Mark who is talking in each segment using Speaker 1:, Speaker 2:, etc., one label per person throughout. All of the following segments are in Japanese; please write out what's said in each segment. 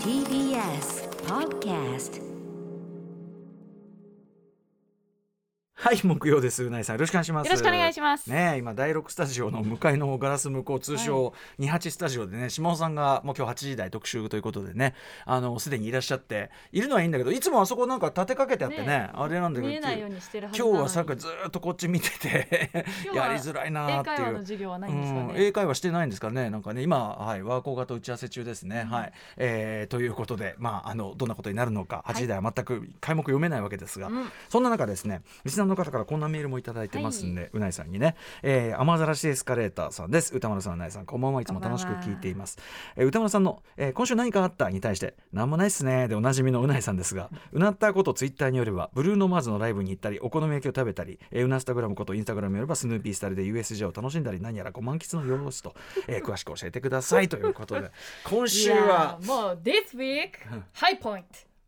Speaker 1: TBS Podcast
Speaker 2: はい、木曜です。うないさん、よろしくお願いします。
Speaker 3: よろしくお願いします
Speaker 2: ねえ、今第六スタジオの向かいのガラス向こう、通称二八スタジオでね、島尾さんがもう今日8時台特集ということでね。あの、すでにいらっしゃって、いるのはいいんだけど、いつもあそこなんか立てかけてあってね、
Speaker 3: ね
Speaker 2: あれなんだけど。
Speaker 3: 見えないようにしてるはずな
Speaker 2: 今
Speaker 3: のに
Speaker 2: 日はさっきずーっとこっち見てて
Speaker 3: 今日は
Speaker 2: やりづらいなーっていう
Speaker 3: 英会話の授業はないんですかね
Speaker 2: う英会話してないんですかねなんかね今はいワーコーガと打ち合わせ中ですね、はい、えーということでまああのどんなことになるのか8時台は全く開目読めないわけですが、
Speaker 3: うん
Speaker 2: そんな中ですねリスナーの方からこんなメールもいただいてますんで、うないさんにね、えー、雨ざらしエスカレーターさんです歌丸さんうないさんこんばんはいつも楽しく聞いています、えー歌丸さんの、えー今週何かあった?」に対して「何もないっすね」でおなじみのうないさんですがうなったことツイッターによればブルーノマーズのライブに行ったりお好み焼きを食べたり、えーうなスタグラムことインスタグラムよればスヌーピースタイルで USJ を楽しんだり何やらご満喫の様子と、えー詳しく教えてくださいと いうことで今週は。
Speaker 3: いやもう This week high point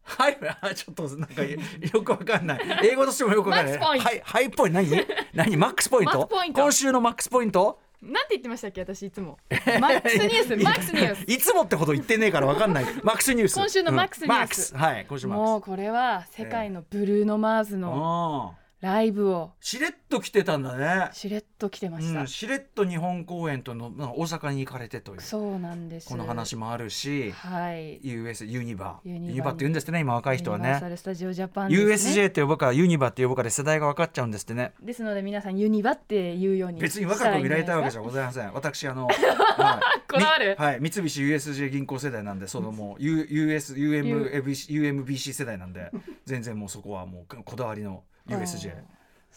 Speaker 2: はい、 あちょっとなんかよくわかんない。英語としてもよくわかんない。
Speaker 3: マックスポイント
Speaker 2: はい、ハイポイント何？何マックスポイント？
Speaker 3: マックスポイント
Speaker 2: 今週のマックスポイント？
Speaker 3: なんて言ってましたっけ私いつもマックスニュ ースマックスニュース
Speaker 2: いつもってほど言ってねえからわかんない。マックスニュース。
Speaker 3: 今週のマックスニュース
Speaker 2: マックス、はい、今週マックス。
Speaker 3: もうこれは世界のブルーノ・マーズの
Speaker 2: ああ、
Speaker 3: ライブを
Speaker 2: しれっと来てたんだね。
Speaker 3: しれっと来てました、
Speaker 2: うん、しれっと日本公演とのなんか大阪に行かれてという
Speaker 3: そうなんです
Speaker 2: この話もあるし、
Speaker 3: はい
Speaker 2: US ユニバ
Speaker 3: ユニバに
Speaker 2: ユニバって言うんですってね今若い人は
Speaker 3: ユニバーサ
Speaker 2: ね。
Speaker 3: ル・スタジオ・ジャパンですね
Speaker 2: USJ って呼ぶかユニバって呼ぶかで世代が分かっちゃうんですってね。
Speaker 3: ですので皆さんユニバって言うように
Speaker 2: 別に若く見られたいわけじゃ
Speaker 3: ゃ
Speaker 2: ございません。私あの、 はい、
Speaker 3: こだわる
Speaker 2: みはい、三菱 USJ 銀行世代なんで、そのも う U US UM UMBC 世代なんで、全然もうそこはもうこだわりの USJ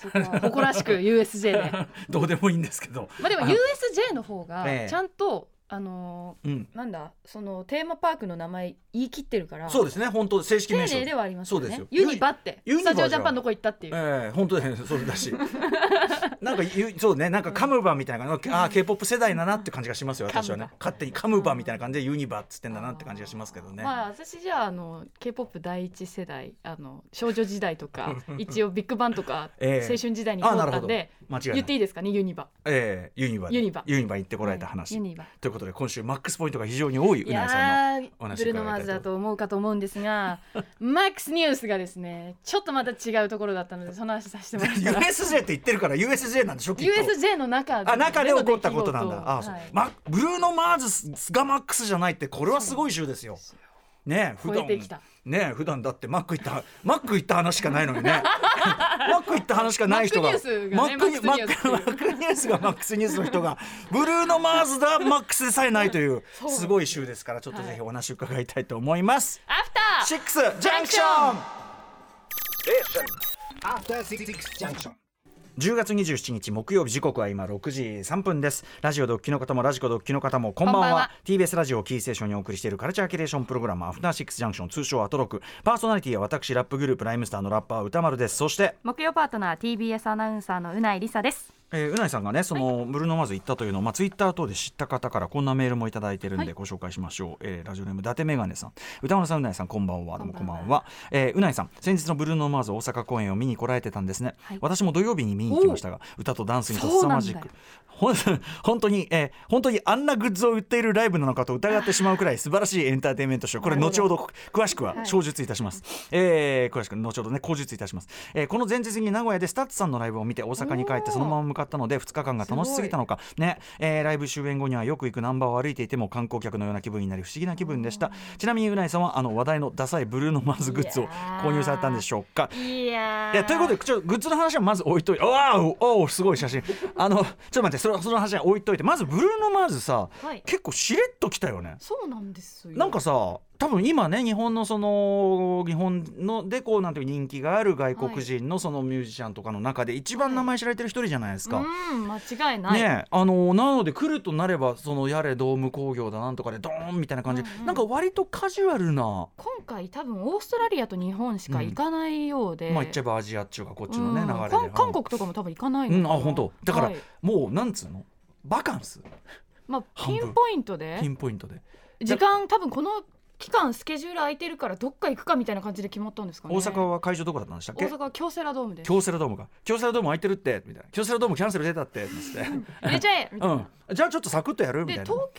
Speaker 3: 誇らしく USJ で
Speaker 2: どうでもいいんですけど、
Speaker 3: まあでも
Speaker 2: あ
Speaker 3: USJ の方が
Speaker 2: ええ
Speaker 3: ちゃんと、あの
Speaker 2: うん、
Speaker 3: ーなんだそのテーマパークの名前言い切ってるから
Speaker 2: そうですね、本当正式
Speaker 3: 丁
Speaker 2: 名称。
Speaker 3: 寧ではありますよ
Speaker 2: そうで
Speaker 3: ね
Speaker 2: すよ
Speaker 3: ユニバって
Speaker 2: ユニ
Speaker 3: スタジ
Speaker 2: ユニバ
Speaker 3: オ
Speaker 2: じ
Speaker 3: ジ
Speaker 2: ゃん
Speaker 3: ャパンどこ行ったっていう、
Speaker 2: ええ本当だよね、そうだ し。なんかゆそうね、なんかカムバみたいな感じ、ああ K-POP 世代だなって感じがしますよ、私はね
Speaker 3: カム。バ
Speaker 2: 勝手にカムバみたいな感じでユニバっつってんだなって感じがしますけどね。
Speaker 3: まあ私じゃああの K-POP 第一世代あの少女時代 とか一応ビッグバンとか
Speaker 2: ええ
Speaker 3: 青春時代に通
Speaker 2: あな
Speaker 3: っ
Speaker 2: る
Speaker 3: た
Speaker 2: ほ
Speaker 3: ん
Speaker 2: ど。
Speaker 3: で
Speaker 2: 間、違いない
Speaker 3: 言っていいですかねユニバ
Speaker 2: ええユニバで
Speaker 3: ユニバ
Speaker 2: ユニバ行ってこられた話、
Speaker 3: ユニバ
Speaker 2: ということで今週マックスポイントが非常に多いう
Speaker 3: い
Speaker 2: なえさんの
Speaker 3: や
Speaker 2: お話伺いたいと
Speaker 3: ーブルーノ・マーズだと思うかと思うんですがマックスニュースがですねちょっとまた違うところだったのでその話させてもらったら
Speaker 2: USJ って言ってるから USJ なんでしょきっと
Speaker 3: USJ の中で
Speaker 2: あ中で起こったことなんだ、
Speaker 3: の出来事を
Speaker 2: あそう、
Speaker 3: はい
Speaker 2: マブルーノ・マーズがマックスじゃないってこれはすごい週ですよねえ普
Speaker 3: 超え
Speaker 2: 段
Speaker 3: てきた
Speaker 2: ねえ普段だってマック行ったマック行った話しかないのに ねマック行った話しかない人が
Speaker 3: マックニュース
Speaker 2: マ
Speaker 3: がね
Speaker 2: ックニュマ
Speaker 3: マ
Speaker 2: ッ
Speaker 3: ック
Speaker 2: クマック
Speaker 3: ニュースっていう
Speaker 2: ニュースがマックスニュースの人がブルーノ・マーズだマックスでさえないという
Speaker 3: う
Speaker 2: すごい週ですからちょっとぜひお話伺いたいと思います、
Speaker 3: アフター
Speaker 2: シックスジャンクション
Speaker 4: After Six Junction.
Speaker 2: 10月27日木曜日時刻は今6時3分ですラジオドッキの方もラジコドッキの方もこんばんは
Speaker 3: こんばんは
Speaker 2: TBS ラジオキーステーションにお送りしているカルチャーキュレーションプログラムアフターシックスジャンクション通称アトロクパーソナリティは私ラップグループライムスターのラッパー歌丸ですそして、
Speaker 3: 木曜パートナー TBS アナウンサーのうないりさです
Speaker 2: えーうないさんがねその、ブルーノマーズ行ったというのを、まあ、ツイッター等で知った方からこんなメールもいただいてるんでご紹介しましょう、えーラジオネーム伊達メガネさん歌丸さんうないさんこんばんはどうもこんばんは、えーうないさん先日のブルーノマーズ大阪公演を見に来られてたんですね、
Speaker 3: はい
Speaker 2: 私も土曜日に見に行きましたが歌とダンスにとすさまじくほん本当に、えー本当にあんなグッズを売っているライブなのかと疑ってしまうくらい素晴らしいエンターテインメントショーこれ
Speaker 3: なるほ
Speaker 2: 後
Speaker 3: ど
Speaker 2: ほど詳しくは詳述いたします、えー詳しく後ほどね口述いたします、えーこの前日に名古屋でスタッツさんのライブを見て大阪に帰ってそのまま向かったので2日間が楽しすぎたのかね、えーライブ終演後にはよく行くナンバーを歩いていても観光客のような気分になり不思議な気分でしたちなみにうないさんはあの話題のダサいブルーノマーズグッズを購入されたんでしょうか
Speaker 3: いや
Speaker 2: いやということでちょっとグッズの話はまず置いといてわあおおすごい写真あのちょっと待ってそれその話は置いといてまずブルーノ・マーズさ、
Speaker 3: はい
Speaker 2: 結構しれっときたよね
Speaker 3: そうなんですよ
Speaker 2: なんかさ多分今ね日本のその日本のでこうなんていう人気がある外国人のそのミュージシャンとかの中で一番名前知られてる一人じゃないですか。
Speaker 3: うん間違いない、
Speaker 2: ねえあのなので来るとなればそのやれドーム工業だなんとかでドーンみたいな感じ、
Speaker 3: うんうん
Speaker 2: なんか割とカジュアルな、
Speaker 3: 今回多分オーストラリアと日本しか行かないようで、
Speaker 2: まあ言っちゃえばアジアっちゅうかこっちのね、
Speaker 3: うん
Speaker 2: 流れで
Speaker 3: 韓韓国とかも多分行かないの
Speaker 2: う
Speaker 3: か
Speaker 2: ん、
Speaker 3: な
Speaker 2: あ本当だから、
Speaker 3: はい
Speaker 2: もうなんつうのバカンス
Speaker 3: まあ
Speaker 2: 半
Speaker 3: ピ
Speaker 2: 分
Speaker 3: ンポイントで
Speaker 2: ピンポイントで
Speaker 3: 時間多分この期間スケジュール空いてるからどっか行くかみたいな感じで決まったんですかね
Speaker 2: 大阪は会場どこだったんでしたっ
Speaker 3: 大
Speaker 2: け
Speaker 3: 阪は京セラドームです
Speaker 2: 京セラドームか京セラドーム空いてるってみたいな京セラドームキャンセル出たってって言って
Speaker 3: 入れちゃえみたいな、
Speaker 2: うん、じゃあちょっとサクッとやるみ
Speaker 3: で
Speaker 2: たい
Speaker 3: 東
Speaker 2: な
Speaker 3: 京ドーム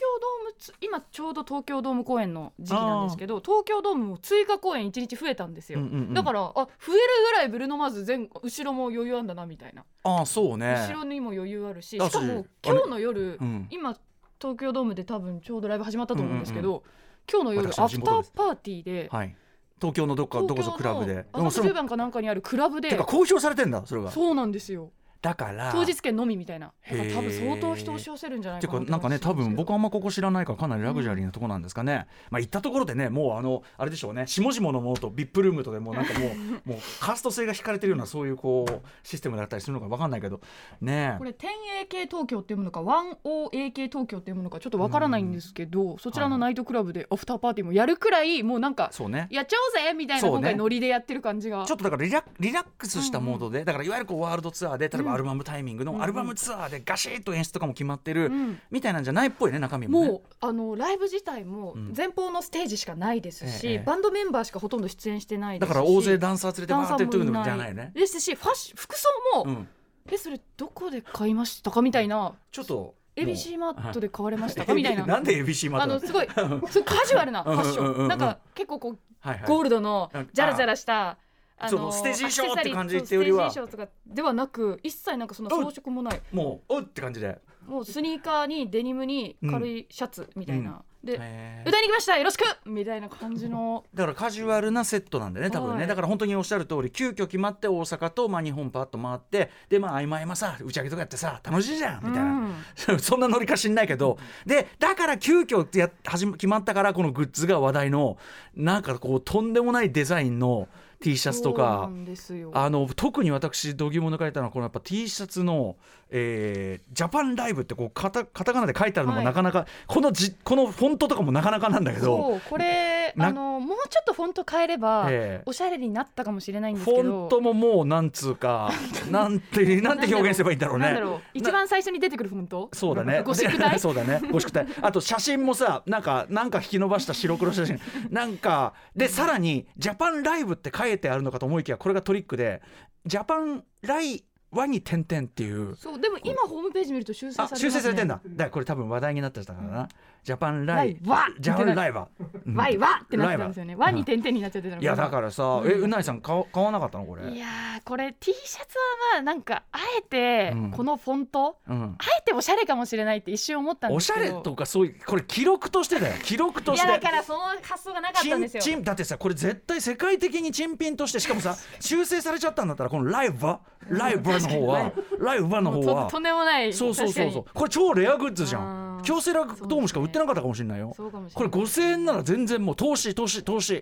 Speaker 3: つ今ちょうど東京ドーム公演の時期なんですけど東京ドームも追加公演1日増えたんですよ、
Speaker 2: うんうんうん
Speaker 3: だからあ増えるぐらいブルーノ・マーズ前後ろも余裕あんだなみたいな、
Speaker 2: ああそうね
Speaker 3: 後ろにも余裕あるしし
Speaker 2: だし
Speaker 3: かも今日の夜、
Speaker 2: うん
Speaker 3: 今東京ドームで多分ちょうどライブ始まったと思うんですけど、今日の夜
Speaker 2: 私
Speaker 3: ア
Speaker 2: の
Speaker 3: フ
Speaker 2: 地
Speaker 3: タ
Speaker 2: 元
Speaker 3: ー
Speaker 2: です
Speaker 3: パーティーで、
Speaker 2: はい東京のどっかどこぞクラブででもそ
Speaker 3: 朝10
Speaker 2: れも
Speaker 3: 番かなんかにあるクラブで
Speaker 2: てか公表されてんだそれが
Speaker 3: そうなんですよ
Speaker 2: だから
Speaker 3: 当日券のみみたいな
Speaker 2: へ
Speaker 3: なん
Speaker 2: ー
Speaker 3: か多分相当人を押し寄せるんじゃない
Speaker 2: て
Speaker 3: かな
Speaker 2: か
Speaker 3: って
Speaker 2: なんかね多分僕
Speaker 3: は
Speaker 2: あんまここ知らないからかなりラグジュアリーなとこなんですかね、まあ行ったところでねもうあのあれでしょうね下々のものとビップルームとでもうなんかも うもうカースト性が引かれてるようなそういうこうシステムだったりするのかわかんないけどね
Speaker 3: これ 10AK 東京っていうものか 1OAK 東京っていうものかちょっとわからないんですけどそちらのナイトクラブでアフターパーティーもやるくらいもうなんか
Speaker 2: そうね
Speaker 3: やっちゃおうぜみたいな
Speaker 2: そうね
Speaker 3: 今回ノリでやってる感じが
Speaker 2: ちょっとだからリラッリラックスしたモードで、だからいわゆるこうワールドツアーで例えばアルバムタイミングのアルバムツアーでガシッと演出とかも決まってる、
Speaker 3: うん
Speaker 2: みたいなんじゃないっぽいね中身もね。
Speaker 3: もうあのライブ自体も
Speaker 2: うん
Speaker 3: 前方のステージしかないですし、
Speaker 2: ええ
Speaker 3: バンドメンバーしかほとんど出演してないで
Speaker 2: だ
Speaker 3: すし
Speaker 2: から大勢ダンサー連れて
Speaker 3: ダ
Speaker 2: バ
Speaker 3: ン
Speaker 2: ー
Speaker 3: サ
Speaker 2: って
Speaker 3: ー
Speaker 2: やってるの
Speaker 3: も
Speaker 2: も
Speaker 3: い
Speaker 2: じゃ
Speaker 3: な
Speaker 2: ないいね。
Speaker 3: ですしファッシ服装も、
Speaker 2: うん、
Speaker 3: えそれどこで買いましたかみたいな
Speaker 2: ちょっと
Speaker 3: ABC マット
Speaker 2: で
Speaker 3: で買われましたかみたい な
Speaker 2: なんで ABC マッ
Speaker 3: あ
Speaker 2: ト
Speaker 3: の
Speaker 2: だ
Speaker 3: すごい すごいカジュアルなファッシ
Speaker 2: うんうんうんう
Speaker 3: ョ
Speaker 2: ん
Speaker 3: ンなんか結構こう
Speaker 2: はいはい
Speaker 3: ゴールドの
Speaker 2: うん
Speaker 3: ジャラジャラしたあ
Speaker 2: そうステージ衣装って感じっていうより
Speaker 3: ア
Speaker 2: は
Speaker 3: クセサリーそうステージ衣装とかではなく一切なんかその装飾もない
Speaker 2: もうおうって感じで。
Speaker 3: もうスニーカーにデニムに軽いシャツみたいな、で、
Speaker 2: へー
Speaker 3: 歌いに来ましたよろしくみたいな感じの
Speaker 2: だからカジュアルなセットなんでね多分ね、
Speaker 3: はい
Speaker 2: だから本当におっしゃる通り急遽決まって大阪と、まあ、日本パッと回ってでまあ合間合間さ打ち上げとかやってさ楽しいじ ゃんみたいな、 そんなノリか知んないけど、でだから急遽や始ま決まったからこのグッズが話題のなんかこうとんでもないデザインの T シャツと
Speaker 3: そうな
Speaker 2: か
Speaker 3: んですよ
Speaker 2: あの特に私度肝を抜かれたのはこのやっぱ T シャツの、えージャパンライブってこうカタカタカナで書いてあるのも
Speaker 3: はい
Speaker 2: なかなか、このじこのフォントとかもなかなかなんだけど。
Speaker 3: そうこれ
Speaker 2: な
Speaker 3: あのもうちょっとフォント変えれば、
Speaker 2: ええ
Speaker 3: おしゃれになったかもしれないんです
Speaker 2: フ
Speaker 3: けど
Speaker 2: ォントももうなんつう かなんてなんて表現すればいいんだろうね。
Speaker 3: なんだろう一番最初に出てくるフォント
Speaker 2: そうだね。
Speaker 3: ゴシック体
Speaker 2: そうだね。ゴシック体あと写真もさ、なんかなんか引き伸ばした白黒写真。なんかでさらにジャパンライブって書いてあるのかと思いきやこれがトリックで、ジャパンライワに点々っていう。
Speaker 3: そうでも今ホームページ見ると修正され
Speaker 2: あ
Speaker 3: てます、ね、
Speaker 2: 修正されてんだ。だからこれ多分話題になってたからな。ジャパンライ
Speaker 3: ライワ
Speaker 2: ジャパンライバ。うん
Speaker 3: わいわってなってたんですよね。わに点々になっちゃってたの。
Speaker 2: いやだからさ、え
Speaker 3: うん
Speaker 2: うないさん買わ買わなかったのこれ。
Speaker 3: いやーこれ T シャツはまあなんかあえて
Speaker 2: うん
Speaker 3: このフォント、
Speaker 2: うん
Speaker 3: あ。えておしゃれかもしれないって一瞬思ったん
Speaker 2: お
Speaker 3: で
Speaker 2: し
Speaker 3: す
Speaker 2: ゃ
Speaker 3: けど
Speaker 2: れとかそういうこれ記録としてだよ。記録と
Speaker 3: い
Speaker 2: して。
Speaker 3: やだからその発想がなかったんですよ
Speaker 2: チンチンだってさこれ絶対世界的に珍品としてしかもさ修正されちゃったんだったらこのライバライバの方はライバの
Speaker 3: も
Speaker 2: 方
Speaker 3: うと
Speaker 2: は
Speaker 3: とんでもない
Speaker 2: そうそうそうそう
Speaker 3: 確か
Speaker 2: これ超レアグッズじゃ
Speaker 3: あ
Speaker 2: ん
Speaker 3: ー
Speaker 2: 京セラドームしか売ってなかったかもしれないよ
Speaker 3: にそうかもし
Speaker 2: こ
Speaker 3: れ
Speaker 2: れ
Speaker 3: ないい
Speaker 2: 5000円なら全然もう投資投資投資
Speaker 3: や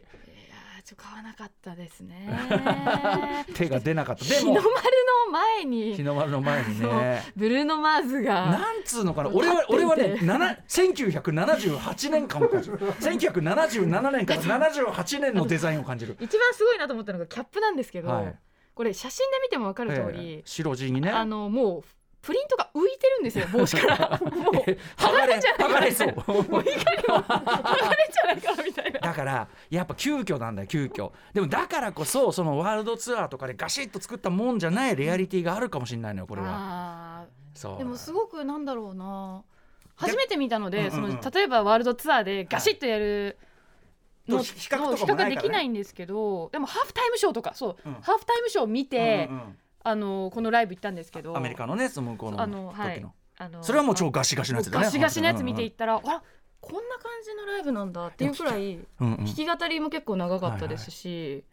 Speaker 3: ーちょっと買わなかったですね
Speaker 2: 手が出なかった で
Speaker 3: 日の
Speaker 2: も
Speaker 3: 丸の前
Speaker 2: 日
Speaker 3: に
Speaker 2: の丸の前 にね
Speaker 3: ブルーノ・マーズが
Speaker 2: なんつうのかな俺は俺はねな1978年間を感 じる1977年から78年のデザインを感じる、
Speaker 3: 一番すごいなと思ったのがキャップなんですけど、
Speaker 2: はい
Speaker 3: これ写真で見ても分かる通り
Speaker 2: ええ、白地にね
Speaker 3: あのもうプリントが浮いてるんですよ帽子からもう剥がれ
Speaker 2: 剥がれ
Speaker 3: んじゃない
Speaker 2: 剥がれそう
Speaker 3: ちゃないからみたいな。
Speaker 2: だからやっぱ急遽なんだよ急遽でもだからこそそのワールドツアーとかでガシッと作ったもんじゃないレアリティがあるかもしれないのよこれは
Speaker 3: あ
Speaker 2: そ
Speaker 3: ー
Speaker 2: う
Speaker 3: でもすごくなんだろうな初めて見たの
Speaker 2: うん
Speaker 3: で、
Speaker 2: うん
Speaker 3: そ
Speaker 2: うん
Speaker 3: の例えばワールドツアーでガシッとやるの、
Speaker 2: と比較とかもな
Speaker 3: の
Speaker 2: い
Speaker 3: 比
Speaker 2: からね
Speaker 3: 較ができないんですけどでもハーフタイムショーとかそう、
Speaker 2: うん
Speaker 3: ハーフタイムショーを見て、
Speaker 2: うんうん
Speaker 3: あのこのライブ行ったんですけど
Speaker 2: アメリカのねその向こうの
Speaker 3: あのはい
Speaker 2: 時の
Speaker 3: あの
Speaker 2: それはもう
Speaker 3: あ
Speaker 2: 超ガシガシのやつだね
Speaker 3: ガシガシのやつ見ていっ
Speaker 2: い
Speaker 3: たら、あらこんな感じのライブなんだっていうくらい弾き語りも結構長かったですし、
Speaker 2: はい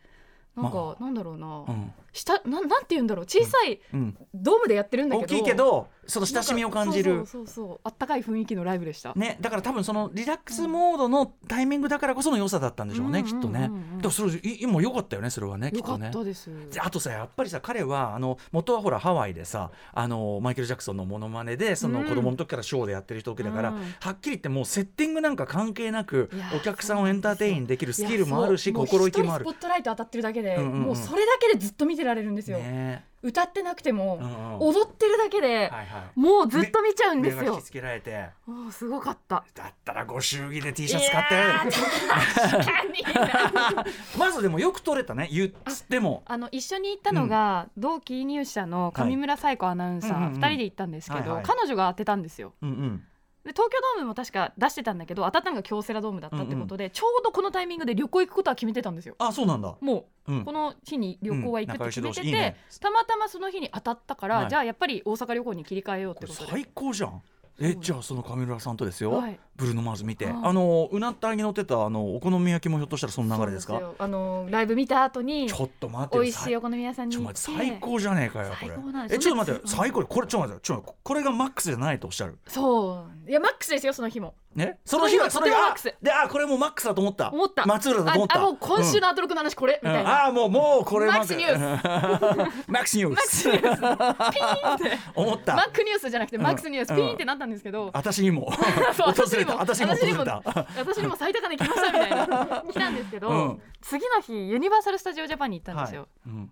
Speaker 3: なんか、なんだろうな、
Speaker 2: うん
Speaker 3: 下なんなんて言うんだろう小さい
Speaker 2: うん
Speaker 3: ドームでやってるんだけど、
Speaker 2: 大きいけどその親しみを感じ
Speaker 3: なん
Speaker 2: る
Speaker 3: かそうそうそうそうあったかい雰囲気のライブでした、
Speaker 2: ねだから多分そのリラックスモードのタイミングだからこその良さだったんでしょうね
Speaker 3: うんうん
Speaker 2: き
Speaker 3: うん
Speaker 2: っ
Speaker 3: うん
Speaker 2: とねでもそれい今良かったよねそれはねき
Speaker 3: よ
Speaker 2: っ
Speaker 3: か
Speaker 2: と
Speaker 3: っ
Speaker 2: ね
Speaker 3: たです
Speaker 2: であとさやっぱりさ彼はあの元はほらハワイでさあのマイケル・ジャクソンのモノマネでその
Speaker 3: うん
Speaker 2: 子供の時からショーでやってる人だから、
Speaker 3: うん
Speaker 2: はっきり言ってもうセッティングなんか関係なく
Speaker 3: いや
Speaker 2: お客さんをエンターテインできるスキルもあるし
Speaker 3: いやそう
Speaker 2: 心意気もある
Speaker 3: う一人スポットライト当たってるだけで、
Speaker 2: うんうんうん
Speaker 3: もうそれだけでずっと見てられるんですよ、
Speaker 2: ね
Speaker 3: 歌ってなくても、
Speaker 2: うんうん
Speaker 3: 踊ってるだけで、
Speaker 2: はいは
Speaker 3: もうずっと見ちゃう
Speaker 2: い
Speaker 3: んで
Speaker 2: 目
Speaker 3: す
Speaker 2: が
Speaker 3: よ
Speaker 2: 引きつけられて
Speaker 3: おーすごかった
Speaker 2: だったらご祝儀で T シャツ買って
Speaker 3: いや ー
Speaker 2: まずでもよく取れたね言っても
Speaker 3: あの一緒に行ったのが、同期入社の上村彩子アナウン
Speaker 2: は
Speaker 3: サ
Speaker 2: いうん
Speaker 3: ー
Speaker 2: うんうん
Speaker 3: 二、人で行ったんですけど、
Speaker 2: はいはい
Speaker 3: 彼女が当てたんですよ
Speaker 2: うんうん
Speaker 3: で東京ドームも確か出してたんだけど当たったのが京セラドームだったってことで、ちょうどこのタイミングで旅行行くことは決めてたんですよ
Speaker 2: あそうなんだ
Speaker 3: も
Speaker 2: う
Speaker 3: うんこの日に旅行は行くって決めてて、
Speaker 2: うん仲良し同士いいね
Speaker 3: たまたまその日に当たったから、
Speaker 2: はい
Speaker 3: じゃあやっぱり大阪旅行に切り替えようっ
Speaker 2: こ
Speaker 3: て
Speaker 2: れ
Speaker 3: ことで
Speaker 2: 最高じゃんえ
Speaker 3: そう
Speaker 2: じゃあその上村さんとですよ、
Speaker 3: はい
Speaker 2: ブルーノ・マーズ見て、
Speaker 3: はい
Speaker 2: あのうなったに乗ってたあのお好み焼きもひょっとしたらその流れです
Speaker 3: そう
Speaker 2: か
Speaker 3: よあのライブ見た後に
Speaker 2: ちょっと待って
Speaker 3: 美
Speaker 2: よ
Speaker 3: 味しいお好み屋さん
Speaker 2: ち
Speaker 3: に
Speaker 2: ょ
Speaker 3: 行
Speaker 2: 待
Speaker 3: っ
Speaker 2: ってて最高じゃねえかよこれ
Speaker 3: 最高なんです
Speaker 2: えちょっと待ってよ
Speaker 3: そんな
Speaker 2: 最高これちょっと待ってよちょっと待ってこれがマックスじゃないとおっしゃる
Speaker 3: そういやマックスですよその日も
Speaker 2: ねその日はそ
Speaker 3: その日
Speaker 2: れ
Speaker 3: は
Speaker 2: が
Speaker 3: とてもマックス
Speaker 2: あであこれもうマックスだと思った
Speaker 3: 思った
Speaker 2: 松浦だと思
Speaker 3: あ
Speaker 2: っ
Speaker 3: あ
Speaker 2: た
Speaker 3: もう今週のアトロックの話これ、
Speaker 2: うん
Speaker 3: みたいな
Speaker 2: ああもうもうこれ
Speaker 3: マッ
Speaker 2: ま
Speaker 3: クス
Speaker 2: ず
Speaker 3: ニュー ス
Speaker 2: マックスニュース 思っ
Speaker 3: マッ
Speaker 2: た
Speaker 3: クニュースじゃなくてマックスニュース、
Speaker 2: うん
Speaker 3: ピーンってなったんですけど、
Speaker 2: 私にも
Speaker 3: そう
Speaker 2: 訪れた私にも
Speaker 3: 私にも
Speaker 2: 訪れた
Speaker 3: 私にも最高値来ましたみたい な来たんですけど、
Speaker 2: うん
Speaker 3: 次の日ユニバーサル・スタジオ・ジャパンに行ったんですよ、
Speaker 2: はいうん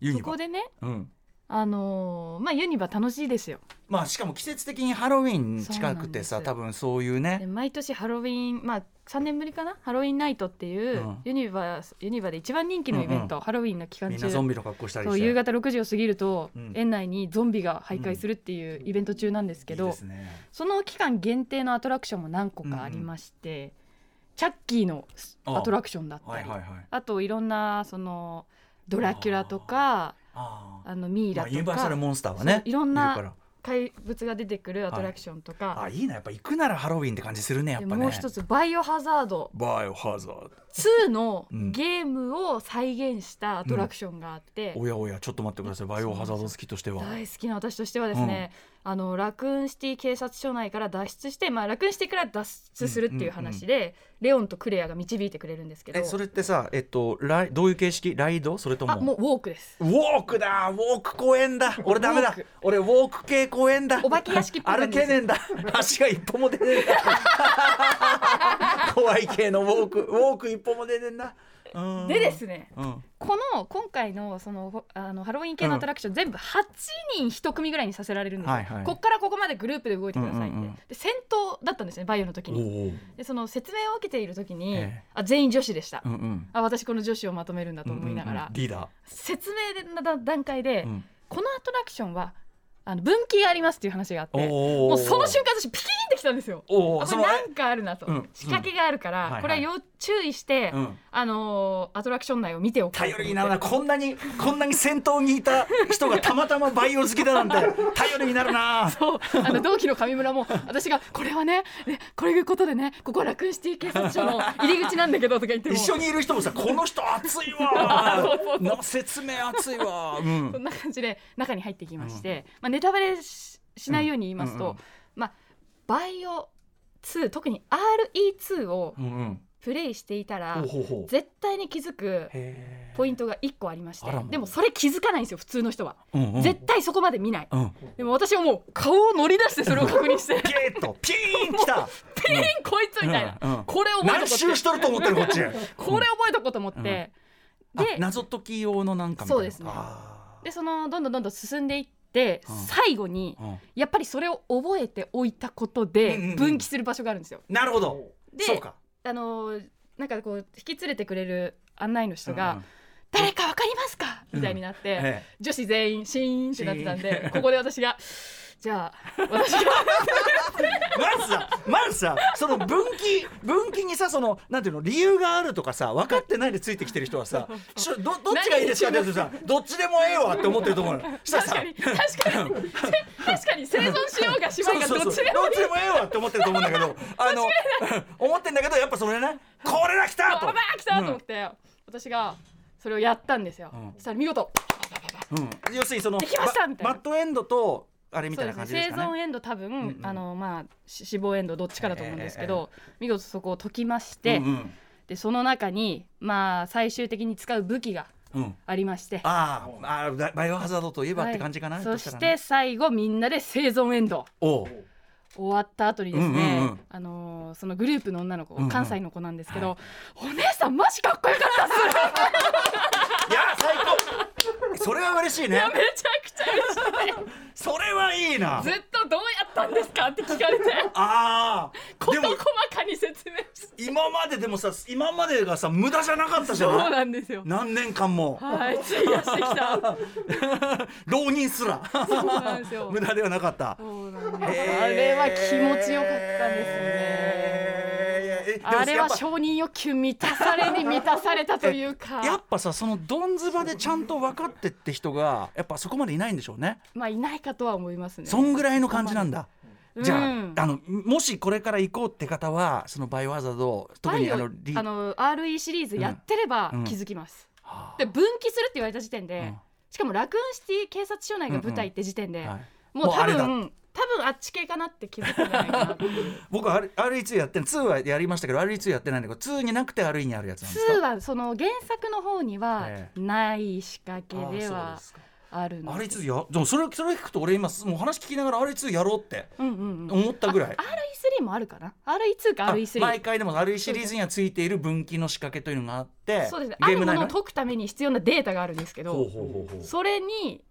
Speaker 2: ユニ
Speaker 3: そこ
Speaker 2: バ
Speaker 3: でね
Speaker 2: うん
Speaker 3: あのーまあユニバ楽しいですよ
Speaker 2: まあしかも季節的にハロウィン近くてさ
Speaker 3: そうな
Speaker 2: 多
Speaker 3: ん
Speaker 2: 分そういう
Speaker 3: で
Speaker 2: ね
Speaker 3: 毎年ハロウィンまあ3年ぶりかなハロウィンナイトっていう、
Speaker 2: うん
Speaker 3: ユニバユニバで一番人気のイベント、ハロウィンの期間
Speaker 2: みん
Speaker 3: 中
Speaker 2: なゾンビの格好したり
Speaker 3: そ
Speaker 2: し
Speaker 3: う
Speaker 2: て
Speaker 3: 夕方6時を過ぎると、
Speaker 2: うん
Speaker 3: 園内にゾンビが徘徊するっていうイベント中なんですけど、
Speaker 2: いいですね
Speaker 3: その期間限定のアトラクションも何個かありまして、チャッキーのアトラクションだった
Speaker 2: はい
Speaker 3: り
Speaker 2: はいはい
Speaker 3: あといろんなそのドラキュラとか
Speaker 2: あー
Speaker 3: あのミイ
Speaker 2: ま
Speaker 3: ラ
Speaker 2: あ
Speaker 3: と
Speaker 2: ユニバーサル
Speaker 3: か
Speaker 2: モンスターはね
Speaker 3: そういろんな
Speaker 2: るから
Speaker 3: 怪物が出てくるアトラクションとか、
Speaker 2: あいいなやっぱ行くならハロウィンって感じするねやっ
Speaker 3: で
Speaker 2: ぱね
Speaker 3: もう一つ「バイオハザード
Speaker 2: バイオハザード
Speaker 3: 2」の
Speaker 2: うん
Speaker 3: ゲームを再現したアトラクションがあって、
Speaker 2: おやおやちょっと待ってくださいバイオハザード好きとしては
Speaker 3: 大好きな私としてはですね、あのラクーンシティ警察署内から脱出して、まあ、ラクーンシティから脱出するっていう話で、レオンとクレアが導いてくれるんですけど
Speaker 2: えそれってさえっとライどういう形式ライドそれと
Speaker 3: あ
Speaker 2: も
Speaker 3: もうウォークです。
Speaker 2: ウォークだウォーク公園だ俺ダメ
Speaker 3: ウォ
Speaker 2: だ
Speaker 3: ーク
Speaker 2: 俺ウォーク系公園だ
Speaker 3: お化け屋敷っぽい感
Speaker 2: 歩
Speaker 3: じで
Speaker 2: け
Speaker 3: す
Speaker 2: ねえんだ 足が一歩も出ねえんだ 怖い系のウォークウォーク一歩も出ねえんだうん
Speaker 3: でですね
Speaker 2: うん
Speaker 3: この今回のそのほあのハロウィン系のアトラクション、全部8人1組ぐらいにさせられるんですよ、
Speaker 2: はいはい
Speaker 3: こっからここまでグループで動いてくださいって、
Speaker 2: うんうんうん
Speaker 3: で戦闘だったんですねバイオの時
Speaker 2: お
Speaker 3: に
Speaker 2: お
Speaker 3: でその説明を受けている時に、
Speaker 2: ええ
Speaker 3: あ全員女子でした、
Speaker 2: うんうん
Speaker 3: あ私この女子をまとめるんだと思いながら、
Speaker 2: うんうんリーダ
Speaker 3: 説明の段段階で、
Speaker 2: ーうん
Speaker 3: このアトラクションはあの分岐がありますっていう話があっ
Speaker 2: おー
Speaker 3: てもうその瞬間私ピキーンってきたんですよ
Speaker 2: お
Speaker 3: あ
Speaker 2: お
Speaker 3: これなんかあるなと、
Speaker 2: うん
Speaker 3: 仕掛けがあるから、
Speaker 2: うんはい
Speaker 3: これは要注意して、
Speaker 2: うん
Speaker 3: あのーアトラクション内を見ておこうと思
Speaker 2: 頼
Speaker 3: って
Speaker 2: りになるなこんなにこんなに先頭にいた人がたまたまバイオ好きだなんて 頼りになるな
Speaker 3: そうあの同期の上村も私がこれはねねこういうことでねここはラクーンシティ警察署の入り口なんだけどとか言っても
Speaker 2: 一緒にいる人もさこの人熱い わな説明熱いわ、うん
Speaker 3: そんな感じで中に入っていきまして、まあ、ネタバレししないように言いますと、
Speaker 2: うんうんうん
Speaker 3: まあ、バイオ2特に RE2 を
Speaker 2: うんうん
Speaker 3: プレイしていたら
Speaker 2: ほうほうほう
Speaker 3: 絶対に気づく
Speaker 2: へ
Speaker 3: ポイントが1個ありまして
Speaker 2: あらま
Speaker 3: でもそれ気づかないんですよ普通の人は、
Speaker 2: ーうんうん
Speaker 3: 絶対そこまで見ない、
Speaker 2: うん
Speaker 3: でも私はもう顔を乗り出してそれを確認して
Speaker 2: ピーッとピーンきた
Speaker 3: ピーンこいつみたいな、
Speaker 2: うんうん
Speaker 3: これ覚え
Speaker 2: 何
Speaker 3: とこう
Speaker 2: 周しとると思ってるこっち
Speaker 3: これ覚えとこうと思って、
Speaker 2: あ
Speaker 3: で
Speaker 2: 謎解き用のなんかみたいな
Speaker 3: そうですね
Speaker 2: あ
Speaker 3: でそのどんどんどんどん進んでいって、
Speaker 2: うん
Speaker 3: 最後に
Speaker 2: ーうん
Speaker 3: やっぱりそれを覚えておいたこと
Speaker 2: うんうんう
Speaker 3: で
Speaker 2: ん
Speaker 3: 分岐する場所があるんですよ。
Speaker 2: なるほど
Speaker 3: で
Speaker 2: そうか
Speaker 3: あのーなんかこう引き連れてくれる案内の人
Speaker 2: うんう
Speaker 3: が
Speaker 2: ん
Speaker 3: 「誰かわかりますか?」みたいになって、
Speaker 2: え
Speaker 3: 女子全員シーンってなってたん
Speaker 2: シー
Speaker 3: で
Speaker 2: ン
Speaker 3: ここで私が「じゃあ私 が
Speaker 2: えまずさまずさその分岐分岐にさそのなんていうの理由があるとかさ分かってないでついてきてる人は さちょどどっちがいいですかって言うとさどっちでもええわって思ってると思うのしたら
Speaker 3: 確
Speaker 2: さ
Speaker 3: かに確かに確かに生存しようがしま
Speaker 2: そ
Speaker 3: いうが
Speaker 2: そうそう
Speaker 3: ど
Speaker 2: ど
Speaker 3: っ
Speaker 2: っ
Speaker 3: ちでもいい
Speaker 2: ちでもええわって思ってると思うんだけどあの思ってんだけどやっぱそれねこれだ来た
Speaker 3: あ
Speaker 2: と
Speaker 3: ばば来たと思って、私がそれをやったんですよ。
Speaker 2: うん
Speaker 3: そしたら見事
Speaker 2: うん要するにその
Speaker 3: できました
Speaker 2: ば
Speaker 3: みたいな
Speaker 2: マットエンドとあれみ
Speaker 3: そ
Speaker 2: た
Speaker 3: う
Speaker 2: い
Speaker 3: で
Speaker 2: な
Speaker 3: すね
Speaker 2: 感じです
Speaker 3: 生
Speaker 2: か
Speaker 3: 存
Speaker 2: ね
Speaker 3: エンド多分、
Speaker 2: うん
Speaker 3: あのまあし死亡エンドどっちかだと思うんですけど、見事そこを解きまして、
Speaker 2: うん
Speaker 3: でその中にまあ最終的に使う武器が
Speaker 2: うんうん
Speaker 3: ありまして
Speaker 2: あーあーバイバイオハザードといえばっ
Speaker 3: は
Speaker 2: て
Speaker 3: い
Speaker 2: 感じかな
Speaker 3: そ
Speaker 2: とした
Speaker 3: し
Speaker 2: ら
Speaker 3: て
Speaker 2: ね
Speaker 3: 最後みんなで生存エンド
Speaker 2: おう
Speaker 3: 終わった後にですね、
Speaker 2: うんうんうん
Speaker 3: あのーそのグループの女の子、
Speaker 2: うんうん
Speaker 3: 関西の子なんですけど、お姉さんマジかっこよかったっす
Speaker 2: いやー最高それは嬉しいね
Speaker 3: めちゃくちゃ嬉しいね
Speaker 2: それはいいな
Speaker 3: ずっとどうやったんですかって聞かれて
Speaker 2: ああで
Speaker 3: 事
Speaker 2: も
Speaker 3: 細かに説明して
Speaker 2: 今まででもさ今までがさ無駄じゃなかったじゃ
Speaker 3: そう
Speaker 2: ない
Speaker 3: なんですよ
Speaker 2: 何年間も
Speaker 3: はい費やしてきた
Speaker 2: 浪人すら
Speaker 3: そうなんです よ
Speaker 2: 無駄ではなかった
Speaker 3: そうなんです
Speaker 2: へー
Speaker 3: あれは気持ちよかったですね
Speaker 2: えでも
Speaker 3: あれ
Speaker 2: や
Speaker 3: は
Speaker 2: っぱ
Speaker 3: 承認欲求満たされに満たされたというか
Speaker 2: やっぱさそのどんずばでちゃんと分かってって人がやっぱそこまでいないんでしょうね
Speaker 3: まあいないかとは思いますね
Speaker 2: そんぐらいの感じなんだ
Speaker 3: うん
Speaker 2: じゃあ,、あのもしこれから行こうって方はそのバイオハザード特
Speaker 3: バ
Speaker 2: に
Speaker 3: イ
Speaker 2: あ
Speaker 3: オあ
Speaker 2: の
Speaker 3: の
Speaker 2: リ
Speaker 3: RE シリーズやってれば
Speaker 2: うん
Speaker 3: 気づきます、
Speaker 2: はあ
Speaker 3: で分岐するって言われた時点で、
Speaker 2: うん
Speaker 3: しかもラクーンシティ警察署内が舞台って時点
Speaker 2: は
Speaker 3: で、
Speaker 2: い
Speaker 3: も
Speaker 2: も
Speaker 3: う
Speaker 2: うあ
Speaker 3: 多
Speaker 2: れだ
Speaker 3: 分多分あっち系かなって気づくんじゃないかな
Speaker 2: 僕 R- RE2 やってん2はやりましたけど RE2 やってないんだけど2になくて RE にあるやつなんですか
Speaker 3: 2はその原作の方には
Speaker 2: え
Speaker 3: ない仕掛
Speaker 2: あ
Speaker 3: けで
Speaker 2: そう
Speaker 3: は
Speaker 2: すか
Speaker 3: あるの
Speaker 2: RE2 やでもそれそれ聞くと俺今もう話聞きながら RE2 やろうって
Speaker 3: うんうんうん、
Speaker 2: 思ったぐらい
Speaker 3: RE3 もあるかな RE2 か
Speaker 2: あ
Speaker 3: RE3
Speaker 2: 毎回でも RE シリーズにはついている分岐の仕掛けというのがあって
Speaker 3: そうですね、あ
Speaker 2: ゲーム
Speaker 3: るも
Speaker 2: 内の
Speaker 3: のを解くために必要なデータがあるんですけ
Speaker 2: ほう
Speaker 3: ど
Speaker 2: ほうほうほう
Speaker 3: それに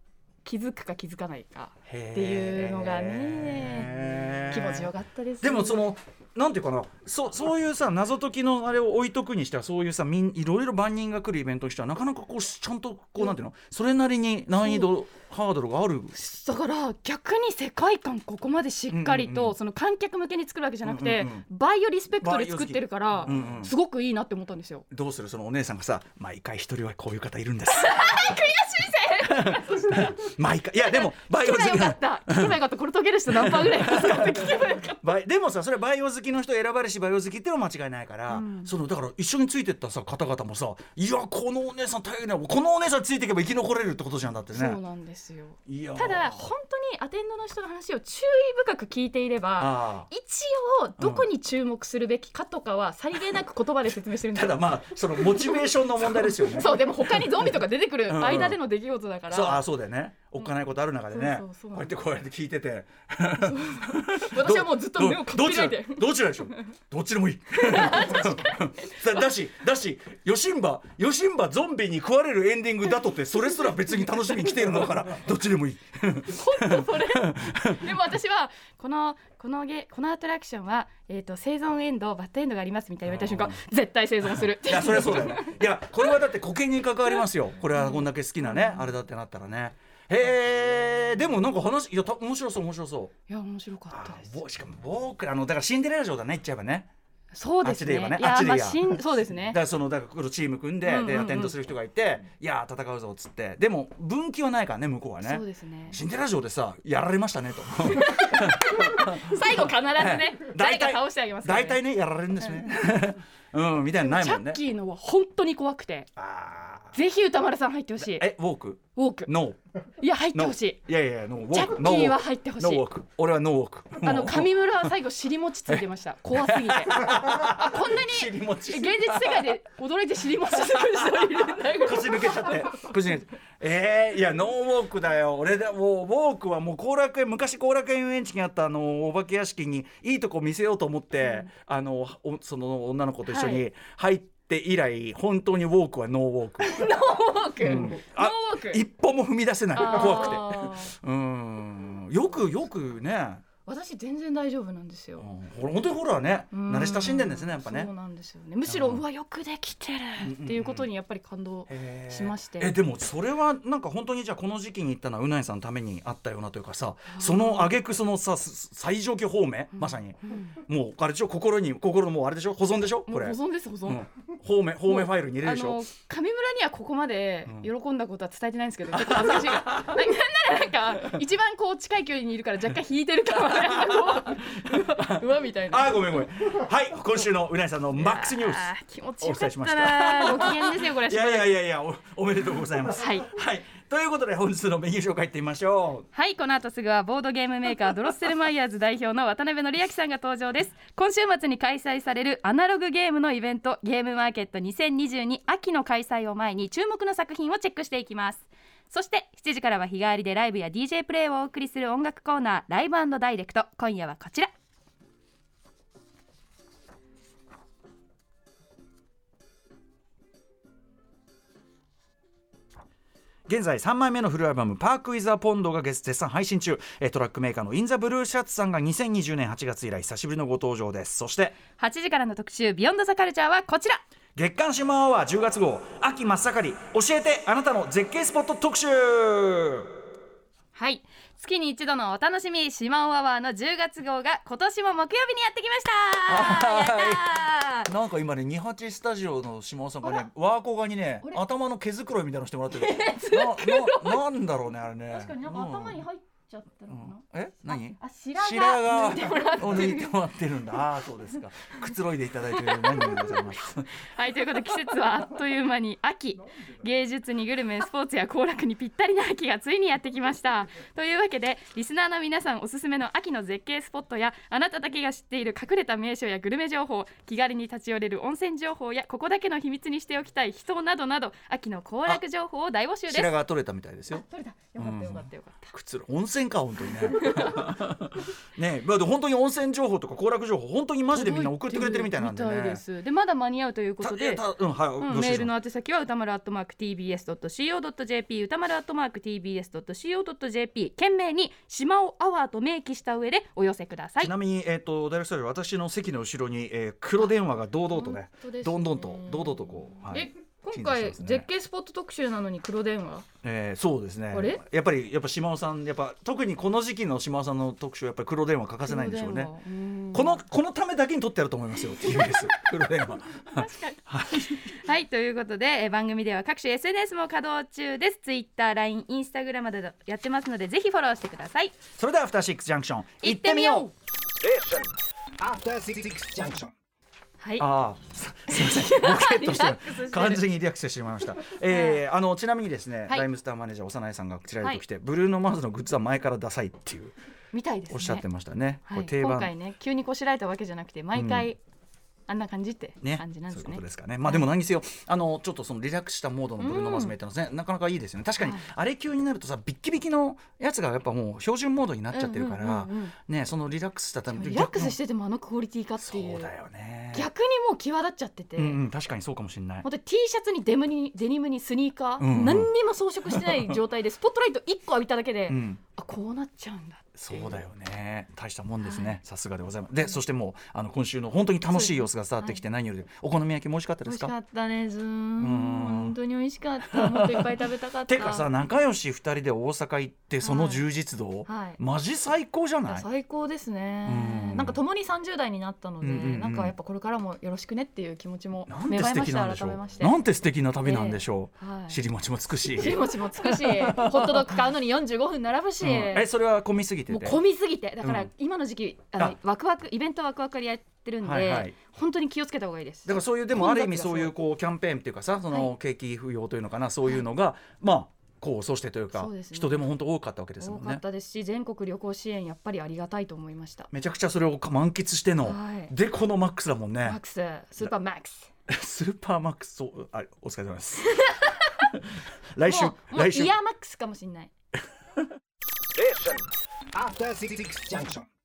Speaker 3: 気づくか気づかないか
Speaker 2: へー
Speaker 3: っていうのがね気持ちよかったです、
Speaker 2: でもそのなんていうかなそそういうさ謎解きのあれを置いとくにしてはそういうさみんいろいろ万人が来るイベントにしてはなかなかこうちゃんとこうなんていうのそれなりに難易度ハードルがある
Speaker 3: だから逆に世界観ここまでしっかりと、
Speaker 2: うんうんうん
Speaker 3: その観客向けに作るわけじゃなくて、
Speaker 2: うんうん
Speaker 3: バイオリスペクトで作ってるから、
Speaker 2: バイオリスペクトうんうん
Speaker 3: すごくいいなって思ったんですよ。
Speaker 2: どうするそのお姉さんがさ毎回一人はこういう方いるんです 悔しいぜ 毎回いや でもバイオ
Speaker 3: 聞け
Speaker 2: 好き
Speaker 3: ばよか
Speaker 2: な
Speaker 3: った聞けばよかったこれ解ける人何パーぐらいですかって聞けばよかった。
Speaker 2: バイでもさそれはバイオ好きの人選ばれしバイオ好きっていうのは間違いないから、
Speaker 3: うん
Speaker 2: そのだから一緒についてったさ方々もさいやこのお姉さん大変だよこのお姉さんついていけば生き残れるってことじゃんだってね
Speaker 3: そうなんですよ
Speaker 2: いやー
Speaker 3: ただ本当にアテンドの人の話を注意深く聞いていれば
Speaker 2: ああ
Speaker 3: 一応どこに注目するべきかとかはさりげなく言葉で説明してるんで す
Speaker 2: た
Speaker 3: よ
Speaker 2: だまあそのモチベーションの問題ですよね
Speaker 3: そうでも他にゾンビとか出て
Speaker 2: う
Speaker 3: く
Speaker 2: んうん
Speaker 3: る間での出来事だから
Speaker 2: そうあそうだよねおっかないことある中でね、
Speaker 3: そうそうそう
Speaker 2: こうやってこうやって聞いてて
Speaker 3: 私はもうずっと目をかっ
Speaker 2: ど
Speaker 3: ぴらいて
Speaker 2: どちらどちらでしょうどっちでもいいだ だしだしヨシンバヨシンバゾンビに食われるエンディングだとってそれすら別に楽しみに来てるのだからどっちでもいい
Speaker 3: 本当それでも私はこのこのゲこのアトラクションは、えー、と生存エンドバッドエンドがありますみたいな言われた瞬間絶対生存するって
Speaker 2: いやそれはそうだよねいやこれはだって固形に関わりますよこれはこんだけ好きなねあれだってなったらねへえでもなんか話いやた面白そう面白そう
Speaker 3: いや面白かった
Speaker 2: あ
Speaker 3: です
Speaker 2: ぼしかも僕らあのだからシンデレラ城だね言っちゃえばね
Speaker 3: そうですね
Speaker 2: あっちで言えばね
Speaker 3: いや
Speaker 2: あっちで
Speaker 3: ま
Speaker 2: 言え
Speaker 3: あ
Speaker 2: ば
Speaker 3: しんそうですね
Speaker 2: だからそのだからこのチーム組んで,、
Speaker 3: うんうんうん
Speaker 2: でアテンドする人がいていやー戦うぞっつってでも分岐はないからね向こうは
Speaker 3: そう
Speaker 2: ね
Speaker 3: です ね
Speaker 2: シンデレラ城でさやられましたねと
Speaker 3: 最後必ずね 誰
Speaker 2: 大体
Speaker 3: か倒してあげますからね
Speaker 2: 大体ねやられるんですね うんみたいなのない
Speaker 3: チャ
Speaker 2: もんね
Speaker 3: ッキーのは本当に怖くて
Speaker 2: あー
Speaker 3: ぜひ歌丸さん入ってほしい
Speaker 2: えウォーク
Speaker 3: ウォーク
Speaker 2: ノ
Speaker 3: いや入ってほしい
Speaker 2: ーいやいやいやノーウォ
Speaker 3: チャ
Speaker 2: ー
Speaker 3: ッ
Speaker 2: ク
Speaker 3: キ
Speaker 2: ノーウ
Speaker 3: ー
Speaker 2: ォ
Speaker 3: は
Speaker 2: ーク
Speaker 3: 入ってほし
Speaker 2: ノーウォ
Speaker 3: い
Speaker 2: ーク俺はノーウォーク
Speaker 3: あ
Speaker 2: も
Speaker 3: の
Speaker 2: う
Speaker 3: 上村は最後尻餅ついてました怖す ぎてあこんなに
Speaker 2: 尻餅
Speaker 3: 現実世界で驚いて尻餅つく人いるんだぐらい
Speaker 2: 腰抜けちゃって腰抜けちゃってえー、いやノーウォークだよ俺だもうウォークはもう後楽園昔後楽園遊園地にあったあのお化け屋敷にいいとこ見せようと思って、あのおその女の子と一緒に入って以来本当にウォークはノーウォーク
Speaker 3: ノーウォーク、ノーウ
Speaker 2: あ
Speaker 3: ォーク
Speaker 2: 一歩も踏み出せない怖くて
Speaker 3: あー
Speaker 2: うーんよくよくね、
Speaker 3: 私全然大丈夫なんです
Speaker 2: う
Speaker 3: よ
Speaker 2: ん、ほら本当にホラーね
Speaker 3: うん
Speaker 2: 慣れ親しんでんですねやっぱね
Speaker 3: そうなんですよねむしろ
Speaker 2: うん
Speaker 3: うわよくできてるっていうことにやっぱり感動
Speaker 2: へー
Speaker 3: しまして
Speaker 2: えでもそれはなんか本当にじゃあこの時期に行ったのはうないさんのためにあったようなというかさその挙句そのさす最上級方面、まさに、もうあれでしょ心に心のもうあれでしょ保存でしょ
Speaker 3: も
Speaker 2: こ
Speaker 3: う
Speaker 2: れ
Speaker 3: 保存です保存、
Speaker 2: うん方面方面ファイルに入れ
Speaker 3: あ
Speaker 2: るでしょ
Speaker 3: の上村にはここまで
Speaker 2: うん
Speaker 3: 喜んだことは伝えてないんですけど、ちょっと恥ずか しいからななんならなんか一番こう近い距離にいるから若干引いてるかもねうわ うわみたいな
Speaker 2: あーごめんごめんはい今週のうないさんのマックスニュー
Speaker 3: あ
Speaker 2: ス
Speaker 3: ー気持ちよかったなご機嫌ですよこれ
Speaker 2: いやいやいやいやおおめでとうございます
Speaker 3: はい
Speaker 2: はいということで本日のメニュー紹介いってみましょう
Speaker 3: はいこの後すぐはボードゲームメーカードロッセルマイヤーズ代表の渡辺則明さんが登場です今週末に開催されるアナログゲームのイベントゲームマーケット2022秋の開催を前に注目の作品をチェックしていきますそして7時からは日替わりでライブや DJ プレイをお送りする音楽コーナーライブダイレクト今夜はこちら
Speaker 5: 現在3枚目のフルアルバム「パーク・イザ・ポンド」が月絶賛配信中えートラックメーカーのイン・ザ・ブルーシャツさんが2020年8月以来久しぶりのご登場ですそして
Speaker 3: 8時からの特集「ビヨンドザカルチャーはこちら
Speaker 5: 月刊シマアワー10月号秋真っ盛り教えてあなたの絶景スポット特集
Speaker 3: はい月に一度のお楽しみ「シマオアワー」の10月号が今年も木曜日にやってきましたやったー
Speaker 2: なんか今ね二八スタジオの島尾さんがねワーコガにね頭の毛づくろいみたいなのしてもら ってるなななんだろうねあれね
Speaker 3: 確かになんか頭に入っちゃったのかな、
Speaker 2: え何
Speaker 3: あ白髪
Speaker 2: 白髪
Speaker 3: 抜いてもらって
Speaker 2: を抜いてもらってるんだああーそうですかくつろいでいただいてる何でご ざいます
Speaker 3: はいということで季節はあっという間に秋芸術にグルメスポーツや行楽にぴったりな秋がついにやってきましたというわけでリスナーの皆さんおすすめの秋の絶景スポットやあなただけが知っている隠れた名所やグルメ情報気軽に立ち寄れる温泉情報やここだけの秘密にしておきたい人などなど秋の行楽情報を大募集です
Speaker 2: 白髪取れたみたいですよ
Speaker 3: 取れたよかったよかったよかった
Speaker 2: くつろい温泉か本当にね ねまあでも本当に温泉情報とか行楽情報本当にマジでみんな送ってくれてるみたいなんで
Speaker 3: 届いてる
Speaker 2: ね
Speaker 3: みたいですでまだ間に合うということで
Speaker 2: たたうんはい、
Speaker 3: うん
Speaker 2: どうしよ
Speaker 3: メー
Speaker 2: う
Speaker 3: ルの宛先は歌丸アットマーク TBS.CO.JP 歌丸アットマーク TBS.CO.JP 懸命に「島尾アワー」と明記した上でお寄せください
Speaker 2: ちなみに、えー、とダイレクトスタジオ私の席の後ろに、えー黒電話が堂々とね
Speaker 3: 本当ですね
Speaker 2: どんどんと堂々とこう、はい、鎮座してますね
Speaker 3: 景スポット特集なのに黒電話
Speaker 2: えーそうですね
Speaker 3: あれ
Speaker 2: やっぱりやっぱ島尾さんやっぱ特にこの時期の島尾さんの特集はやっぱり黒電話欠かせないんでしょうね
Speaker 3: 黒電話
Speaker 2: このこのためだけに撮ってやると思いますよ TBS 黒電 話
Speaker 3: はいということでえー番組では各種 SNS も稼働中です TwitterLINE インスタグラムなどやってますのでぜひフォローしてください
Speaker 2: それでは「アフターシックスジャンクション」
Speaker 3: 行ってみよう
Speaker 6: After Six Junction.
Speaker 3: はい
Speaker 2: ああ、すすみません、ボケっとし
Speaker 3: リラッ
Speaker 2: て
Speaker 3: クスしてる
Speaker 2: 完全にリラックスしてしまいました。えー、あのちなみにですね、
Speaker 3: はい
Speaker 2: ライムスターマネージャー長内さんがちらりと来て、ブルーノマーズのグッズは前からダサいっていう
Speaker 3: みたいですね
Speaker 2: おっしゃってましたね。
Speaker 3: はい、
Speaker 2: これ定番
Speaker 3: 今回ね急にこしらえたわけじゃなくて毎回、あんな感じって
Speaker 2: ね、
Speaker 3: 感じなんです
Speaker 2: そういう
Speaker 3: ね
Speaker 2: ことですかね。まあでも何にせよ、あのちょっとそのリラックスしたモードのブルーノマーズメイトのね、なかなかいいですよね。確かに
Speaker 3: はい
Speaker 2: あれ級になるとさ、ビッキビキのやつがやっぱもう標準モードになっちゃってるから、
Speaker 3: うんうんうんうん
Speaker 2: ね、そのリラックスしたため
Speaker 3: リラックスしててもあのクオリティかってい
Speaker 2: そううだよね。
Speaker 3: 逆にもう際立っちゃってて、
Speaker 2: うんうん、確かにそうかもしれない。
Speaker 3: 本当に T シャツにデムにデニムにスニーカー、
Speaker 2: うんうん
Speaker 3: 何にも装飾してない 状態でスポットライト1個浴びただけで、
Speaker 2: うん。
Speaker 3: あこうなっちゃうんだっていう
Speaker 2: そうだよね大したもんですねさすがでございますでそしてもうあの今週の本当に楽しい様子が伝わってきて何よりでお好み焼きも美味しかったで
Speaker 3: 美
Speaker 2: す
Speaker 3: 味しか
Speaker 2: か
Speaker 3: ったねずーん
Speaker 2: ん
Speaker 3: 本当に美味しかったもっといっぱい食べたか った
Speaker 2: てかさ仲良し2人で大阪行ってその充実度、
Speaker 3: はい
Speaker 2: マジ最高じゃない
Speaker 3: 最高ですね
Speaker 2: うん
Speaker 3: なんか共に30代になったので、
Speaker 2: うんうんうん
Speaker 3: なんかやっぱこれからもよろしくねっていう気持ちも
Speaker 2: なん
Speaker 3: 芽
Speaker 2: て
Speaker 3: 生
Speaker 2: 素
Speaker 3: えまし
Speaker 2: 敵なんで
Speaker 3: た
Speaker 2: しょ
Speaker 3: 改めまし
Speaker 2: う
Speaker 3: て
Speaker 2: なんて素敵な旅なんでしょう、
Speaker 3: はい
Speaker 2: 尻餅もつくし、
Speaker 3: 尻
Speaker 2: うん
Speaker 3: 餅もつく し、ホットドッグ買うのに45分並ぶし、
Speaker 2: えそれは混みすぎて
Speaker 3: もう
Speaker 2: て
Speaker 3: 混みすぎて、だか
Speaker 2: う
Speaker 3: ら
Speaker 2: ん
Speaker 3: 今の時期、あの
Speaker 2: あ
Speaker 3: ワクワクイベントワクワクでやってるんで、
Speaker 2: はいはい
Speaker 3: 本当に気をつけた方がいいです。
Speaker 2: だからそういうでもある意味そういうこうキャンペーンっていうかさそ
Speaker 3: は
Speaker 2: の景気不要というのかなそういうのが、まあこうそうしてというか
Speaker 3: そうですね
Speaker 2: 人でも本当多かったわけです
Speaker 3: 多
Speaker 2: もん
Speaker 3: か
Speaker 2: ね
Speaker 3: ったですし、全国旅行支援やっぱりありがたいと思いました。
Speaker 2: めちゃくちゃそれを満喫しての、
Speaker 3: はい
Speaker 2: でこのマックスだもんね
Speaker 3: マックス、スーパーマックス。
Speaker 2: スーパーマックス、そうあお疲れ様です。 来週
Speaker 3: もう、もう
Speaker 2: 来週
Speaker 3: イ。ヤーマックスかもしれない。
Speaker 6: After Six Junction.